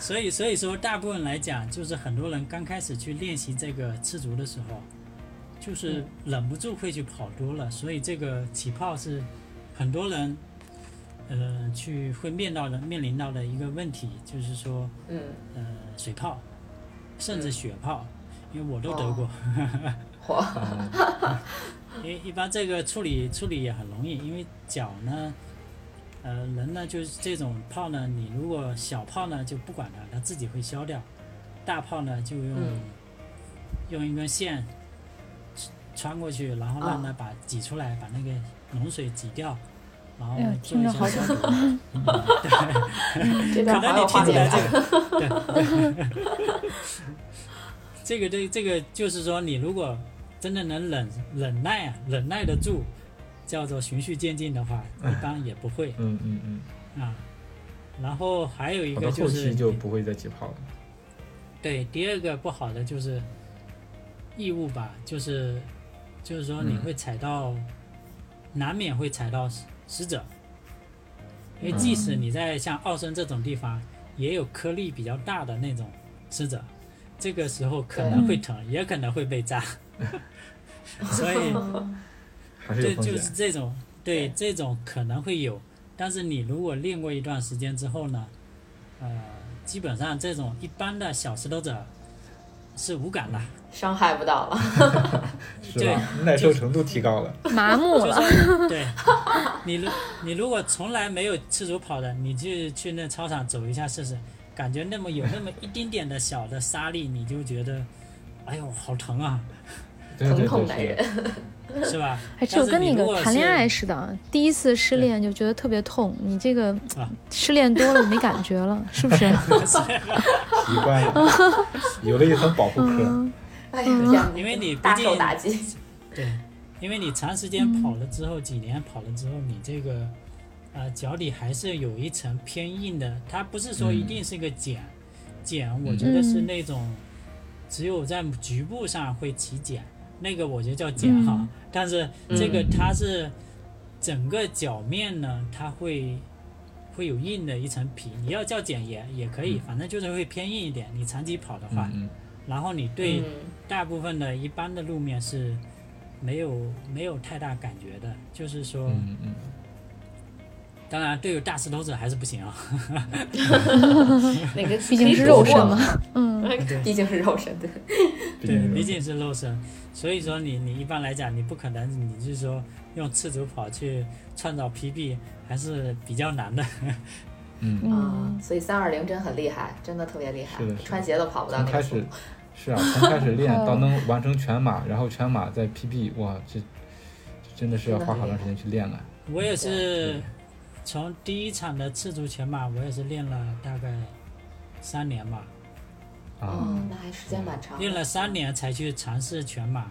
[SPEAKER 4] 所以所以说，大部分来讲，就是很多人刚开始去练习这个赤足的时候，就是忍不住会去跑多了，所以这个起泡是很多人，呃，去会面到的面临到的一个问题，就是说，
[SPEAKER 2] 嗯
[SPEAKER 4] 呃，水泡，甚至血泡，因为我都得过，
[SPEAKER 2] 嚯，
[SPEAKER 3] 啊，
[SPEAKER 4] (laughs) 因为一般这个处理处理也很容易，因为脚呢，呃，人呢就是这种泡呢，你如果小泡呢就不管它，它自己会消掉；大泡呢就用、
[SPEAKER 2] 嗯
[SPEAKER 4] 用一根线穿过去，然后让它
[SPEAKER 2] 啊
[SPEAKER 4] 把挤出来，把那个脓水挤掉，然后
[SPEAKER 5] 哎呀
[SPEAKER 4] 做
[SPEAKER 5] 听
[SPEAKER 4] 一
[SPEAKER 5] 着
[SPEAKER 4] 下
[SPEAKER 5] 好
[SPEAKER 4] 消毒。对。
[SPEAKER 2] 这
[SPEAKER 4] 可
[SPEAKER 2] 段
[SPEAKER 4] 能你
[SPEAKER 2] 好有
[SPEAKER 4] 听
[SPEAKER 2] 画
[SPEAKER 4] 出来
[SPEAKER 2] 面
[SPEAKER 4] 这
[SPEAKER 2] 感。
[SPEAKER 4] 个，对，这个对这个就是说，你如果真的能忍忍耐啊，忍耐得住，叫做循序渐进的话，一般也不会
[SPEAKER 3] (laughs) 嗯嗯嗯，
[SPEAKER 4] 啊。然后还有一
[SPEAKER 3] 好
[SPEAKER 4] 个
[SPEAKER 3] 的，后
[SPEAKER 4] 就是
[SPEAKER 3] 期就不会再起泡了。
[SPEAKER 4] 对第二个不好的就是异物吧，就是就是说你
[SPEAKER 3] 嗯
[SPEAKER 4] 会踩到，难免会踩到死死者，因为即使你在像奥森这种地方，也有颗粒比较大的那种死者，这个时候可能会疼，也可能会被扎，所以
[SPEAKER 3] 还是
[SPEAKER 4] 对
[SPEAKER 3] 有风
[SPEAKER 4] 就
[SPEAKER 3] 险
[SPEAKER 4] 是这种对
[SPEAKER 2] 对
[SPEAKER 4] 这种可能会有，但是你如果练过一段时间之后呢，呃，基本上这种一般的小石头者是无感的，
[SPEAKER 2] 伤害不到了，
[SPEAKER 3] 是吧？耐受程度提高了，
[SPEAKER 5] 麻木
[SPEAKER 4] 就
[SPEAKER 5] 了。
[SPEAKER 4] 是对，你如你如果从来没有赤足跑的，你就去那操场走一下试试，感觉那么有那么一丁点的小的沙粒，你就觉得，哎呦好疼啊，
[SPEAKER 3] 对对
[SPEAKER 2] 疼痛难
[SPEAKER 3] 对，
[SPEAKER 2] 忍
[SPEAKER 3] 是。
[SPEAKER 4] 是吧？
[SPEAKER 5] 还只有跟
[SPEAKER 4] 但是
[SPEAKER 5] 那
[SPEAKER 4] 你如
[SPEAKER 5] 哎个
[SPEAKER 4] 果
[SPEAKER 5] 谈恋
[SPEAKER 4] 是
[SPEAKER 5] 爱似的，第一次失恋就觉得特别痛，你这个
[SPEAKER 4] 啊
[SPEAKER 5] 失恋多了没感觉
[SPEAKER 4] (laughs)
[SPEAKER 5] 了，是不是？
[SPEAKER 3] 习惯了， (laughs) 有了一层保护壳。
[SPEAKER 5] 嗯，
[SPEAKER 2] 哎呀天哪，
[SPEAKER 4] 因为你毕
[SPEAKER 2] 大受
[SPEAKER 4] 竟
[SPEAKER 2] 打击，
[SPEAKER 4] 对，因为你长时间跑了之后，几年跑了之后，你这个呃脚底还是有一层偏硬的，它不是说一定是个茧，茧、我觉得是那种只有在局部上会起茧，那个我觉得叫茧哈，
[SPEAKER 5] 嗯
[SPEAKER 4] 但是这个它是整个脚面呢，它会。会有硬的一层皮，你要叫茧也也可以，反正就是会偏硬一点。你长期跑的话，
[SPEAKER 3] 嗯
[SPEAKER 4] 然后你对
[SPEAKER 2] 嗯，
[SPEAKER 4] (laughs) 大部分的一般的路面是没有没有太大感觉的，就是说，
[SPEAKER 3] 嗯嗯
[SPEAKER 4] 当然对于大石头者还是不行啊。
[SPEAKER 2] 那个
[SPEAKER 5] 毕竟是肉身嘛，嗯，
[SPEAKER 2] 对 (laughs) 毕竟是肉身，对，
[SPEAKER 3] 嗯，
[SPEAKER 4] 对，
[SPEAKER 3] 毕
[SPEAKER 4] 毕
[SPEAKER 3] 竟
[SPEAKER 4] 竟是肉身，所以说你你一般来讲，你不可能你就是说用赤足跑去创造 PB 还是比较难的。
[SPEAKER 3] 嗯，
[SPEAKER 2] 啊，所以三二零真很厉害，真的特别厉害
[SPEAKER 3] 是的是，的
[SPEAKER 2] 穿鞋都跑不到
[SPEAKER 3] 从
[SPEAKER 2] 那个
[SPEAKER 3] 开
[SPEAKER 2] 速
[SPEAKER 3] 始
[SPEAKER 2] 度。
[SPEAKER 3] (laughs) 是啊，从开始练到能完成全马，然后全马再 PB，哇，这这真的是要花好长时间去练了。
[SPEAKER 4] 我也是
[SPEAKER 3] 对
[SPEAKER 4] 从第一场的赤足全马，我也是练了大概三年吧，
[SPEAKER 3] 啊，
[SPEAKER 2] 哦，那还时间蛮长的。
[SPEAKER 4] 练了三年才去尝试全马，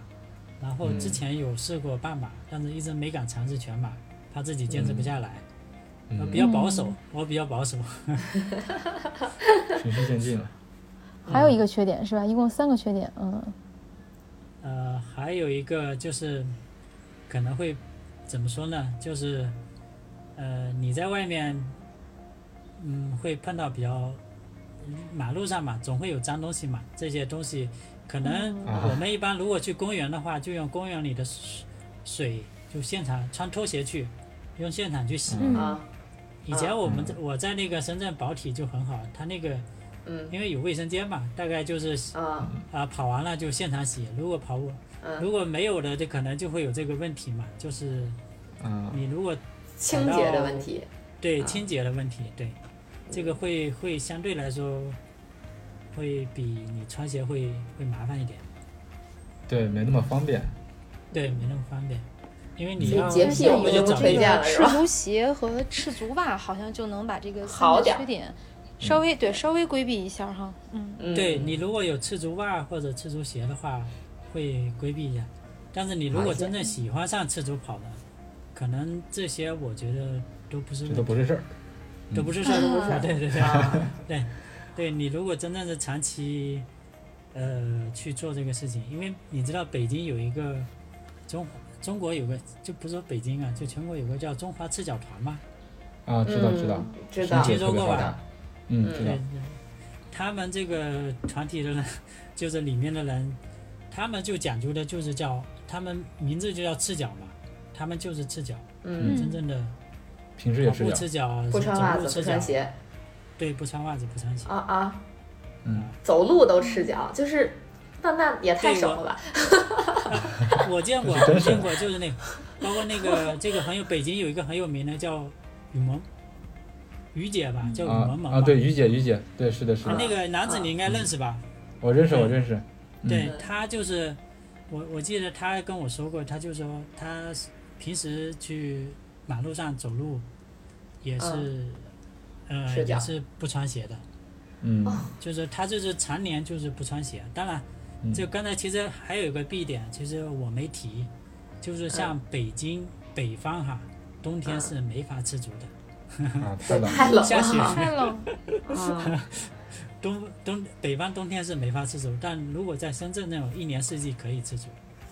[SPEAKER 4] 然后之前有试过半马，但是一直没敢尝试全马，怕自己坚持不下来。我
[SPEAKER 3] 嗯，
[SPEAKER 4] 比较保守，我比较保守。
[SPEAKER 3] 循序渐进了。
[SPEAKER 5] 还有一个缺点是吧？一共三个缺点，嗯，
[SPEAKER 4] 呃，还有一个就是可能会怎么说呢？就是呃，你在外面，嗯，会碰到比较嗯马路上嘛，总会有脏东西嘛，这些东西可能
[SPEAKER 3] 啊
[SPEAKER 4] 我们一般如果去公园的话，就用公园里的水水，就现场穿拖鞋去，用现场去洗。
[SPEAKER 5] 嗯
[SPEAKER 2] 啊，
[SPEAKER 4] 以前我们在我在那个深圳宝体就很好，它那个
[SPEAKER 2] 嗯
[SPEAKER 4] 因为有卫生间嘛，大概就是
[SPEAKER 2] 啊，
[SPEAKER 4] 啊，跑完了就现场洗。如果跑完，
[SPEAKER 2] 嗯，
[SPEAKER 4] 如果没有的，就可能就会有这个问题嘛，就是
[SPEAKER 3] 啊，
[SPEAKER 4] 你如果
[SPEAKER 2] 清洁的问题，
[SPEAKER 4] 对
[SPEAKER 2] 啊
[SPEAKER 4] 清洁的问题，对，这个会会相对来说会比你穿鞋会会麻烦一点，
[SPEAKER 3] 对，没那么方便。
[SPEAKER 4] 对，没那么方便，因为你
[SPEAKER 2] 所以
[SPEAKER 4] 要
[SPEAKER 2] 洁癖我
[SPEAKER 4] 我
[SPEAKER 2] 就
[SPEAKER 4] 就
[SPEAKER 2] 不
[SPEAKER 4] 找
[SPEAKER 2] 推
[SPEAKER 4] 一
[SPEAKER 1] 这
[SPEAKER 4] 个
[SPEAKER 2] 荐
[SPEAKER 1] 个
[SPEAKER 2] 了是
[SPEAKER 1] 赤
[SPEAKER 2] 吧
[SPEAKER 1] 足鞋和赤足袜好像就能把这个三
[SPEAKER 2] 好
[SPEAKER 1] 个
[SPEAKER 2] 点儿
[SPEAKER 1] 缺点稍微对稍微规避一下哈。嗯，
[SPEAKER 2] 嗯，
[SPEAKER 4] 对你如果有赤足袜或者赤足鞋的话，会规避一下。但是你如果真正喜欢上赤足跑的，可能这些我觉得都不是
[SPEAKER 3] 这
[SPEAKER 4] 问
[SPEAKER 3] 都
[SPEAKER 4] 题，
[SPEAKER 3] 不是事儿。
[SPEAKER 4] 都不是事儿，都不是事儿。对对对
[SPEAKER 2] 啊，
[SPEAKER 4] (laughs) 对，对你如果真正是长期，呃，去做这个事情，因为你知道北京有一个中中国有个就不是说北京啊，就全国有个叫中华赤脚团嘛，
[SPEAKER 3] 啊，知道知道
[SPEAKER 2] 嗯，，知道，
[SPEAKER 3] 身体也
[SPEAKER 4] 听说
[SPEAKER 3] 特别
[SPEAKER 4] 过
[SPEAKER 3] 好
[SPEAKER 4] 吧
[SPEAKER 3] 打。嗯，知道
[SPEAKER 4] 对，。他们这个团体的人，就是里面的人，他们就讲究的就是叫，他们名字就叫赤脚嘛，他们就是赤脚，
[SPEAKER 2] 嗯，
[SPEAKER 4] 真正的
[SPEAKER 3] 平时
[SPEAKER 4] 跑
[SPEAKER 3] 也是
[SPEAKER 4] 步
[SPEAKER 3] 这
[SPEAKER 4] 赤
[SPEAKER 3] 样，
[SPEAKER 4] 脚，啊
[SPEAKER 2] 不穿
[SPEAKER 4] 走
[SPEAKER 2] 袜子
[SPEAKER 4] 路
[SPEAKER 2] 不
[SPEAKER 4] 赤
[SPEAKER 2] 穿
[SPEAKER 4] 脚，
[SPEAKER 2] 鞋
[SPEAKER 4] 对，不穿袜子不穿鞋
[SPEAKER 2] 啊。啊，
[SPEAKER 3] 嗯，
[SPEAKER 2] 走路都赤脚，就是那那也太省了吧？
[SPEAKER 4] (laughs) 我
[SPEAKER 3] (laughs)
[SPEAKER 4] 见过，我见过，就是那，包括那个这个很有北京有一个很有名的叫雨萌，于姐吧，叫雨
[SPEAKER 3] 啊
[SPEAKER 4] 萌萌吧
[SPEAKER 3] 啊，对，于姐，于姐，对，是的，是
[SPEAKER 4] 啊
[SPEAKER 3] 的，
[SPEAKER 4] 那个男子你应该认识吧？
[SPEAKER 3] 我认识，我认识，嗯
[SPEAKER 4] 对
[SPEAKER 2] 嗯
[SPEAKER 4] 他就是，我我记得他跟我说过，他就说他平时去马路上走路也是，呃，
[SPEAKER 2] 赤脚
[SPEAKER 4] 也是不穿鞋的，
[SPEAKER 3] 嗯
[SPEAKER 4] 就是他就是常年就是不穿鞋。当然，
[SPEAKER 3] 嗯
[SPEAKER 4] 就刚才其实还有一个必点，其实我没提，就是像北京北方哈，冬天是没法吃足的。
[SPEAKER 3] 啊，太冷了，
[SPEAKER 2] 太冷了
[SPEAKER 4] 下雪
[SPEAKER 2] 哈。
[SPEAKER 1] 太冷，
[SPEAKER 2] 啊
[SPEAKER 4] 东东北方冬天是没法吃足，但如果在深圳那种一年四季可以吃足，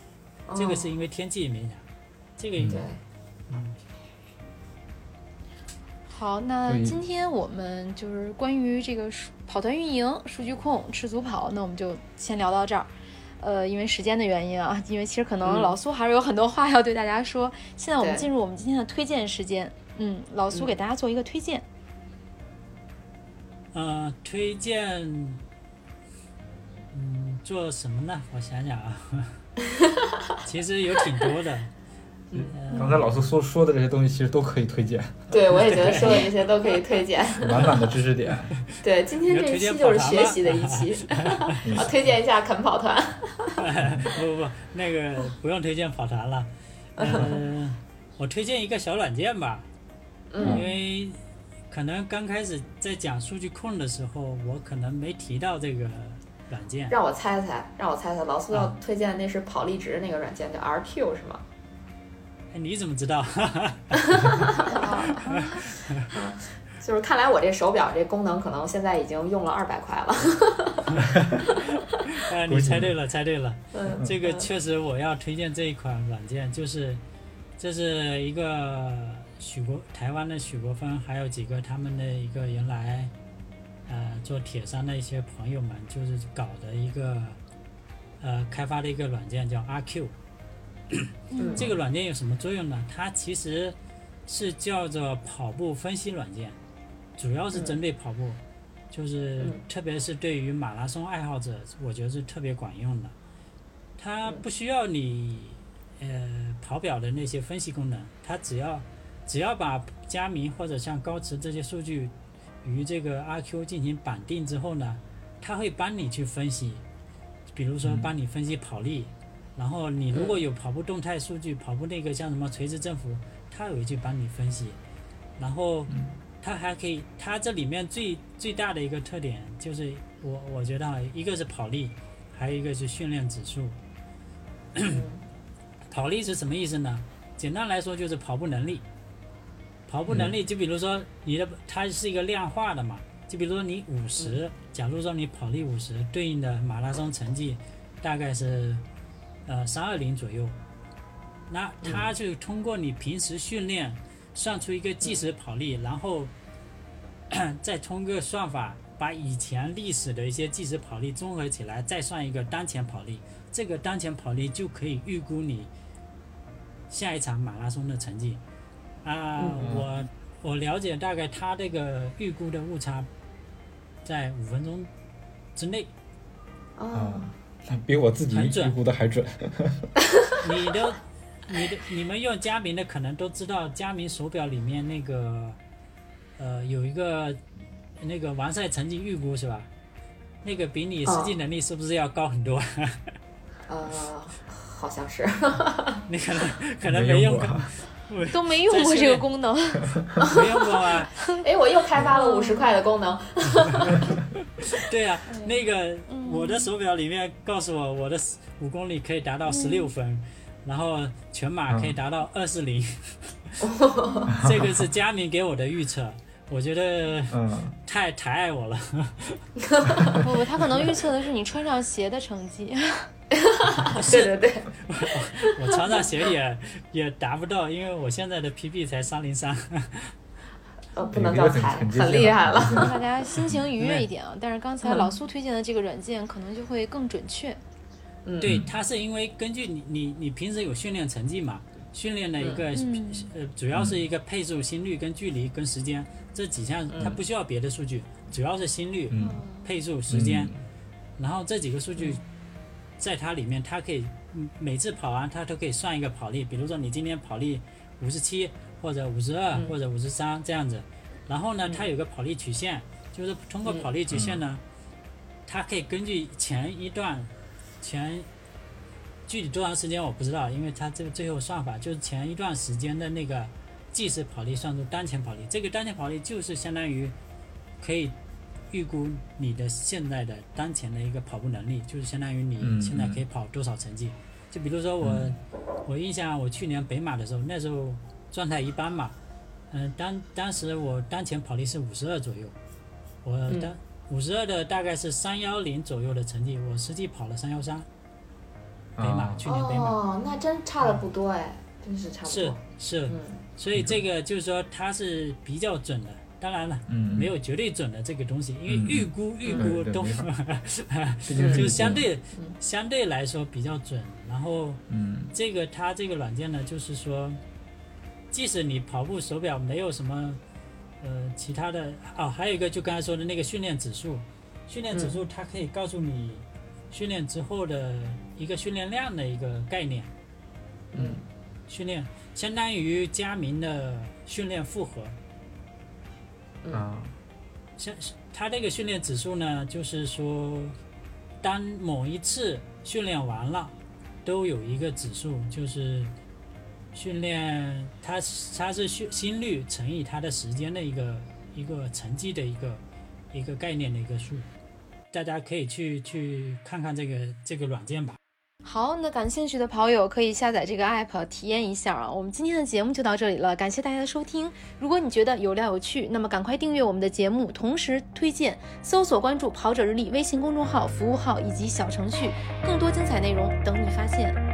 [SPEAKER 4] (laughs)
[SPEAKER 2] 哦
[SPEAKER 4] 这个是
[SPEAKER 2] 嗯
[SPEAKER 4] 因为天气没影响，这个应该
[SPEAKER 2] 对，
[SPEAKER 4] 嗯
[SPEAKER 1] 好，那
[SPEAKER 3] 所以
[SPEAKER 1] 今天我们就是关于这个数跑团运营、数据控、赤足跑，那我们就先聊到这儿。呃，因为时间的原因啊，因为其实可能
[SPEAKER 2] 嗯
[SPEAKER 1] 老苏还是有很多话要对大家说。现在我们
[SPEAKER 2] 对
[SPEAKER 1] 进入我们今天的推荐时间，嗯，老苏
[SPEAKER 4] 嗯
[SPEAKER 1] 给大家做一个推荐。
[SPEAKER 4] 呃，推荐，嗯，做什么呢？我想想啊，其实有挺多的，
[SPEAKER 3] 刚才老师说说的这些东西，其实都可以推荐，
[SPEAKER 2] 对我也觉得说的这些都可以推
[SPEAKER 4] (laughs)
[SPEAKER 2] 荐。
[SPEAKER 3] 满满的知识点。
[SPEAKER 2] 对，今天这一期就是学习的一期，
[SPEAKER 4] (laughs)
[SPEAKER 2] (laughs) 我推荐一下肯跑团。
[SPEAKER 4] 不不不，那个不用推荐跑团了，呃，我推荐一个小软件吧，因
[SPEAKER 2] 嗯
[SPEAKER 4] 为可能刚开始在讲数据控的时候，我可能没提到这个软件。
[SPEAKER 2] 让我猜猜，让我猜猜，老苏要
[SPEAKER 4] 啊
[SPEAKER 2] 推荐那是跑力值那个软件，叫 RQ 是吗？
[SPEAKER 4] 哎，你怎么知道？
[SPEAKER 2] 就是看来我这手表这功能可能现在已经用了二百块了。
[SPEAKER 4] 呃，
[SPEAKER 3] 恭
[SPEAKER 4] 你
[SPEAKER 3] 喜
[SPEAKER 4] 猜
[SPEAKER 3] 你
[SPEAKER 4] 对了，猜对了。
[SPEAKER 2] 嗯
[SPEAKER 4] 这个确实我要推荐这一款软件，就是这是一个许国台湾的许国峰，还有几个他们的一个原来呃做铁三的一些朋友们，就是搞的一个呃开发的一个软件叫 RQ。(clears throat)
[SPEAKER 2] 嗯
[SPEAKER 4] 这个软件有什么作用呢？它其实是叫做跑步分析软件，主要是针对跑步，就是
[SPEAKER 2] 嗯
[SPEAKER 4] 特别是对于马拉松爱好者，我觉得是特别管用的。它不需要你呃跑表的那些分析功能，它只要只要把佳明或者像高驰这些数据与这个 RQ 进行绑定之后呢，它会帮你去分析，比如说帮你分析跑力，然后你如果有跑步动态数据，跑步那个像什么垂直振幅，它也会去帮你分析。然后它还可以，它这里面最最大的一个特点就是我我觉得啊，一个是跑力，还有一个是训练指数。 (clears throat) 跑力是什么意思呢？简单来说就是跑步能力。跑步能力就比如说你的，它是一个量化的嘛，就比如说你五十、假如说你跑力五十，对应的马拉松成绩大概是呃三二零左右。那它就通过你平时训练算出一个计时跑力，然后 (clears throat) 再通过算法把以前历史的一些计时跑力综合起来，再算一个当前跑力。这个当前跑力就可以预估你下一场马拉松的成绩。啊、我我了解大概它这个预估的误差在五分钟之内。
[SPEAKER 2] 哦
[SPEAKER 3] 啊，比我自己
[SPEAKER 4] 很准
[SPEAKER 3] 预估的还准。
[SPEAKER 4] 你都，你的你们用佳明的可能都知道，佳明手表里面那个，呃，有一个那个完赛成绩预估是吧？那个比你实际能力是不是要高很多？
[SPEAKER 2] 呃，好像是。
[SPEAKER 4] 你可 (laughs) 能可能
[SPEAKER 3] 没
[SPEAKER 4] 用
[SPEAKER 3] 用
[SPEAKER 4] 过，
[SPEAKER 3] 过，啊
[SPEAKER 5] 嗯
[SPEAKER 1] 都没用过这个功能，
[SPEAKER 4] 没用过 (laughs) 啊。
[SPEAKER 2] 哎，我又开发了五十块的功能。
[SPEAKER 4] 对啊，那个我的手表里面告诉我，我的五公里可以达到十六分，然后全马可以达到二四零。 (laughs) 这个是佳明给我的预测，我觉得
[SPEAKER 3] 嗯，
[SPEAKER 4] 太抬爱我了。
[SPEAKER 1] 不不，他可能预测的是你穿上鞋的成绩。 (laughs)
[SPEAKER 4] 嗯
[SPEAKER 2] (laughs) 对对对，
[SPEAKER 4] 我穿上鞋也也达不到，因为我现在的 PB 才三零三。
[SPEAKER 2] 呃，不能叫
[SPEAKER 3] 很
[SPEAKER 2] 猜，
[SPEAKER 3] 接近
[SPEAKER 2] 很厉害了。
[SPEAKER 3] 很接近
[SPEAKER 1] 让大啊家心情愉悦一点啊！但是刚才老苏推荐的这个软件可能就会更准确。
[SPEAKER 2] 嗯，
[SPEAKER 4] 对，它是因为根据你你你平时有训练成绩嘛，训练了一个、
[SPEAKER 1] 嗯
[SPEAKER 4] 呃，主要是一个配速、心率、跟距离、跟时间这几项，
[SPEAKER 1] 嗯
[SPEAKER 4] 它不需要别的数据，主要是心率、
[SPEAKER 3] 嗯，
[SPEAKER 4] 配速、时间，然后这几个数据在它里面，它可以嗯每次跑完它都可以算一个跑力，比如说你今天跑力五十七或者五十二
[SPEAKER 2] 嗯
[SPEAKER 4] 或者五十三这样子，然后呢，它有个跑力曲线，就是通过跑力曲线呢，它可以根据前一段前具体多长时间我不知道，因为它这个最后算法就是前一段时间的那个计时跑力算出当前跑力，这个当前跑力就是相当于可以预估你的现在的当前的一个跑步能力，就是相当于你
[SPEAKER 3] 嗯
[SPEAKER 4] 现在可以跑多少成绩。就比如说我，我印象啊我去年北马的时候，那时候状态一般嘛，嗯、当当时我当前跑力是五十二左右，我
[SPEAKER 2] 嗯
[SPEAKER 4] 当五十二的大概是三幺零左右的成绩，我实际跑了三幺
[SPEAKER 3] 哦
[SPEAKER 4] 三，北马
[SPEAKER 3] 啊，
[SPEAKER 4] 去年北马、
[SPEAKER 2] 哦，那真差的不多哎，真是差不
[SPEAKER 4] 是
[SPEAKER 2] 多。
[SPEAKER 4] 是，
[SPEAKER 2] 嗯
[SPEAKER 4] 所以这个就是说它是比较准的，当然了。
[SPEAKER 3] 嗯，
[SPEAKER 4] 没有绝对准的这个东西，因为
[SPEAKER 3] 嗯
[SPEAKER 4] 预估、预
[SPEAKER 3] 对
[SPEAKER 4] 估
[SPEAKER 3] 对
[SPEAKER 4] 都
[SPEAKER 3] 没法毕
[SPEAKER 2] 嗯
[SPEAKER 3] 竟
[SPEAKER 4] (laughs) 就是相对、
[SPEAKER 2] 嗯
[SPEAKER 4] 相对来说比较准。然后
[SPEAKER 3] 嗯
[SPEAKER 4] 这个它这个软件呢，就是说，即使你跑步手表没有什么呃其他的哦，还有一个就刚才说的那个训练指数，训练指
[SPEAKER 2] 嗯
[SPEAKER 4] 数它可以告诉你训练之后的一个训练量的一个概念。
[SPEAKER 2] 嗯
[SPEAKER 4] 训练相当于佳明的训练负荷，
[SPEAKER 2] 嗯
[SPEAKER 3] 啊，
[SPEAKER 4] 像他这个训练指数呢，就是说，当某一次训练完了，都有一个指数，就是训练它它是训心率乘以它的时间的一个一个成绩的一个一个概念的一个数，大家可以去去看看这个这个软件吧。
[SPEAKER 1] 好，那感兴趣的跑友可以下载这个 app 体验一下啊。我们今天的节目就到这里了，感谢大家的收听。如果你觉得有料有趣，那么赶快订阅我们的节目，同时推荐、搜索、关注“跑者日历”微信公众号、服务号以及小程序，更多精彩内容等你发现。